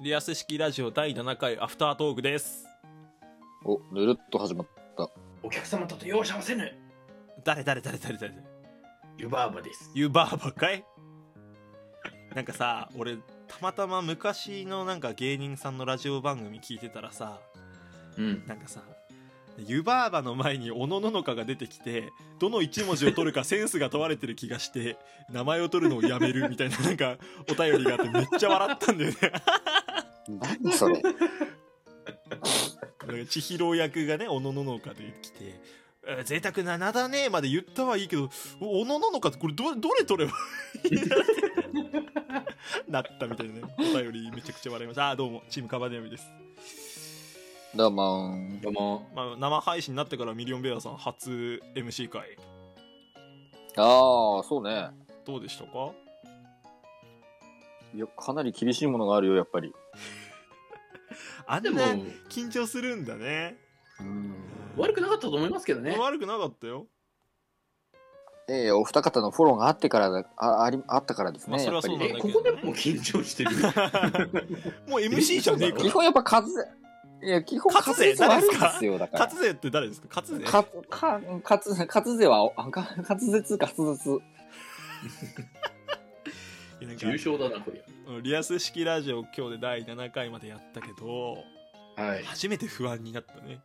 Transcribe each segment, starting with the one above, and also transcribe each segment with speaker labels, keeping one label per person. Speaker 1: リアス式ラジオ第7回アフタートークです。
Speaker 2: お、ぬるっと始まった。
Speaker 3: お客様とて容赦はせぬ
Speaker 1: 誰誰誰誰誰誰
Speaker 3: 湯婆婆です
Speaker 1: ユーバーバかいなんかさ、俺、たまたま昔のなんか芸人さんのラジオ番組聞いてたらさ、
Speaker 3: うん
Speaker 1: なんかさ、湯婆婆の前におのののかが出てきて、どの一文字を取るかセンスが問われてる気がして、名前を取るのをやめるみたいななんかお便りがあってめっちゃ笑ったんだよね。
Speaker 2: 何 それ。
Speaker 1: なんか千尋役がね、おのののかで来て、えー贅沢な名だねまで言ったはいいけど、おおのののかってこれど、どれ取れば いいんだってなったみたいなね。お便りめちゃくちゃ笑いました。あー、どうも、チームカバネアミです。
Speaker 2: だまーん。
Speaker 3: どうも
Speaker 1: まあ、生配信になってからミリオンベアさん初 MC 会、
Speaker 2: ああ、そうね。
Speaker 1: どうでしたか
Speaker 2: いや、かなり厳しいものがあるよ、やっぱり。
Speaker 1: あん
Speaker 3: でも
Speaker 1: な緊張するんだね。
Speaker 2: うん。
Speaker 3: 悪くなかったと思いますけどね
Speaker 1: 悪くなかったよ。
Speaker 2: ええお二方のフォローがあってからだ、あありあったからです
Speaker 1: まあ
Speaker 2: ね。
Speaker 1: それは
Speaker 2: やっぱり
Speaker 1: そうな
Speaker 3: え
Speaker 1: んだ
Speaker 3: ここでも緊張して る
Speaker 1: もう MC じゃねえか
Speaker 2: 基
Speaker 1: ら。
Speaker 2: 本やっぱ数、いや、基本
Speaker 1: 勝
Speaker 2: 数
Speaker 1: 勢
Speaker 2: が悪いん
Speaker 1: 誰ですか
Speaker 2: ですよ、だから。
Speaker 1: 勝勢って誰ですか勝勢
Speaker 2: か、か、かつ、かつぜは、あか、かつぜつ、かつぜつ。
Speaker 1: いやなんか
Speaker 3: 優勝だなこり
Speaker 1: うんリアス式ラジオ今日で第7回までやったけど、
Speaker 3: ゃはい
Speaker 1: 初めて不安になったね。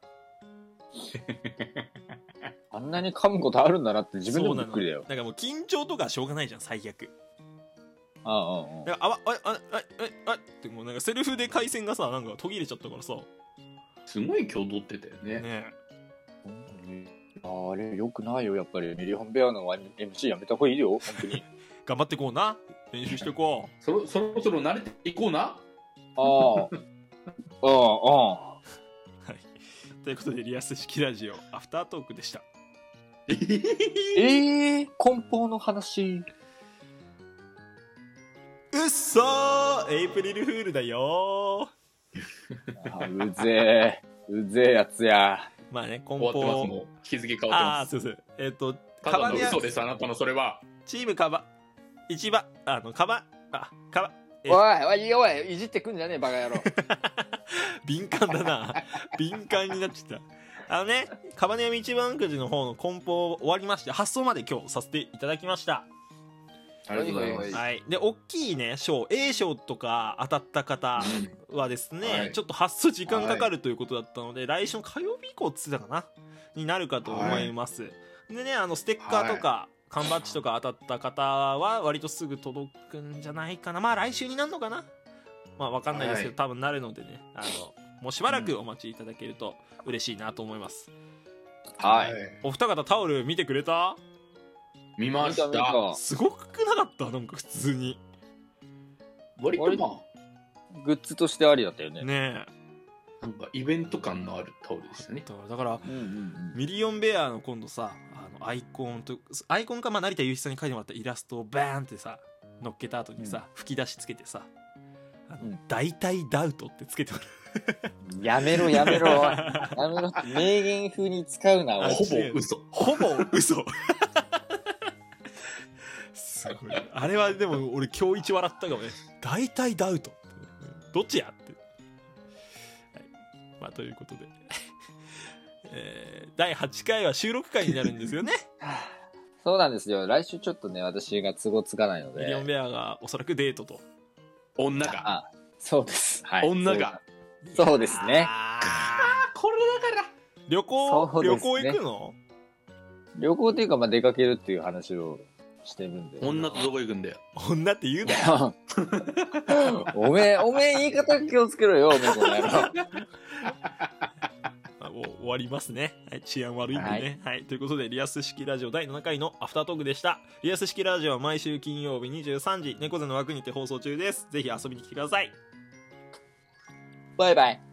Speaker 2: あんなに噛むことあるんだなって自分でもびっくりだよ
Speaker 1: そう。なのなんかもう緊張とかしょうがないじゃん、最悪。
Speaker 2: ああ、ああ、
Speaker 1: なんかあわ、あ、あ、あ、あ、あってもうなんかセルフで回線がさ、なんか途切れちゃったからさ。ね
Speaker 3: すごい今日撮ってたよね
Speaker 1: え
Speaker 2: うんあれ、よくないよ、やっぱり。ミリオンベアの MC やめた方がいいよ、本当に。
Speaker 1: 頑張ってこうな。練習してこ
Speaker 3: そろそろそろ慣れていこうな
Speaker 2: ああ、ああ、ああ。
Speaker 1: う。はい。ということで、リアス式ラジオ、アフタートークでした。
Speaker 2: ええ梱包の話。
Speaker 1: うっそーエイプリルフールだよ
Speaker 2: あうぜえ、うぜえやつや。
Speaker 1: ーまあね、梱
Speaker 3: 終わってま
Speaker 1: 包。
Speaker 3: すもう日付変
Speaker 1: あ
Speaker 3: わ
Speaker 1: あ、
Speaker 3: って
Speaker 1: そうそう。えっ、と、
Speaker 3: ます
Speaker 1: カ
Speaker 3: た
Speaker 1: バ
Speaker 3: だ
Speaker 1: ネ
Speaker 3: の
Speaker 1: ア
Speaker 3: 嘘ですあなたのそれは
Speaker 1: チームカバ、一番、あの、カバ、あ、カバ、え
Speaker 2: おい、おい、おい、いじってくんじゃねえ、バカ野郎。
Speaker 1: 敏感だな敏感になっちゃったあのねカバネヤミ一番くじの方の梱包終わりまして発送まで今日させていただきました
Speaker 3: ありがとうございます
Speaker 1: はいで大きいね賞 A 賞とか当たった方はですね、
Speaker 3: はい
Speaker 1: ちょっと発送時間かかるということだったので、来週の火曜日以降っつってたかなになるかと思います、でねあのステッカーとか缶バッジとか当たった方は割とすぐ届くんじゃないかなまあ来週になるのかなまあわかんないですけど、
Speaker 3: はい
Speaker 1: 多分なるのでねあのもうしばらくお待ちいただけると嬉しいなと思います、
Speaker 2: はい。
Speaker 1: お二方タオル見てくれた
Speaker 3: 見ま
Speaker 2: 見
Speaker 3: したた
Speaker 2: 見た。
Speaker 1: すごくなかったなんか普通に
Speaker 3: 割とま
Speaker 2: グッズとしてありだったよね。
Speaker 1: ね
Speaker 3: あなんかイベント感のあるタオルでした
Speaker 1: え
Speaker 3: ね
Speaker 1: だから
Speaker 2: うんうん
Speaker 1: ミリオンベアの今度さあのアイコンとアイコンかまあ成田祐一さんに書いてもらったイラストをバーンってさ乗っけた後にさ、吹き出しつけてさ「あの
Speaker 2: うん
Speaker 1: 大体ダウト」ってつけても
Speaker 2: うん。やめろ、や めろ。や
Speaker 1: らう
Speaker 2: めろって名言風に使うな、おい
Speaker 1: あ
Speaker 3: ほぼ
Speaker 1: 違う
Speaker 3: 嘘
Speaker 1: ほぼ嘘すごいあれはでも俺今日一笑ったかもね「大体ダウト」どっちやって、はい、まあということで えー第8回は収録回になるんですよね
Speaker 2: そうなんですよ。来週ちょっとね、私が都合つかないの
Speaker 1: ミリオン
Speaker 2: で。
Speaker 1: ベアがおそらくデートと。
Speaker 3: 女が
Speaker 2: あ、そうです。はい。
Speaker 3: 女が
Speaker 2: そうですね
Speaker 1: あ
Speaker 3: あこれだから
Speaker 1: ー。旅行、
Speaker 2: そうで
Speaker 1: 旅
Speaker 2: す
Speaker 1: 行行
Speaker 2: ね
Speaker 1: くの
Speaker 2: そう。旅行というか、まあ、出かけるっていう話をしてるんで。
Speaker 3: 女とどこ行くんだよ
Speaker 1: 女って言う
Speaker 2: い
Speaker 1: なよ。
Speaker 2: やおめえ、おめえ言い方気をつけろよ、おめえこの野郎。
Speaker 1: まあもう終わりますね。はい、治安悪いんでね。はい、ということで、リアス式ラジオ第7回のアフタートークでした。リアス式ラジオは毎週金曜日23時、猫背の枠にて放送中です。ぜひ遊びに来てください。
Speaker 2: バイバイ。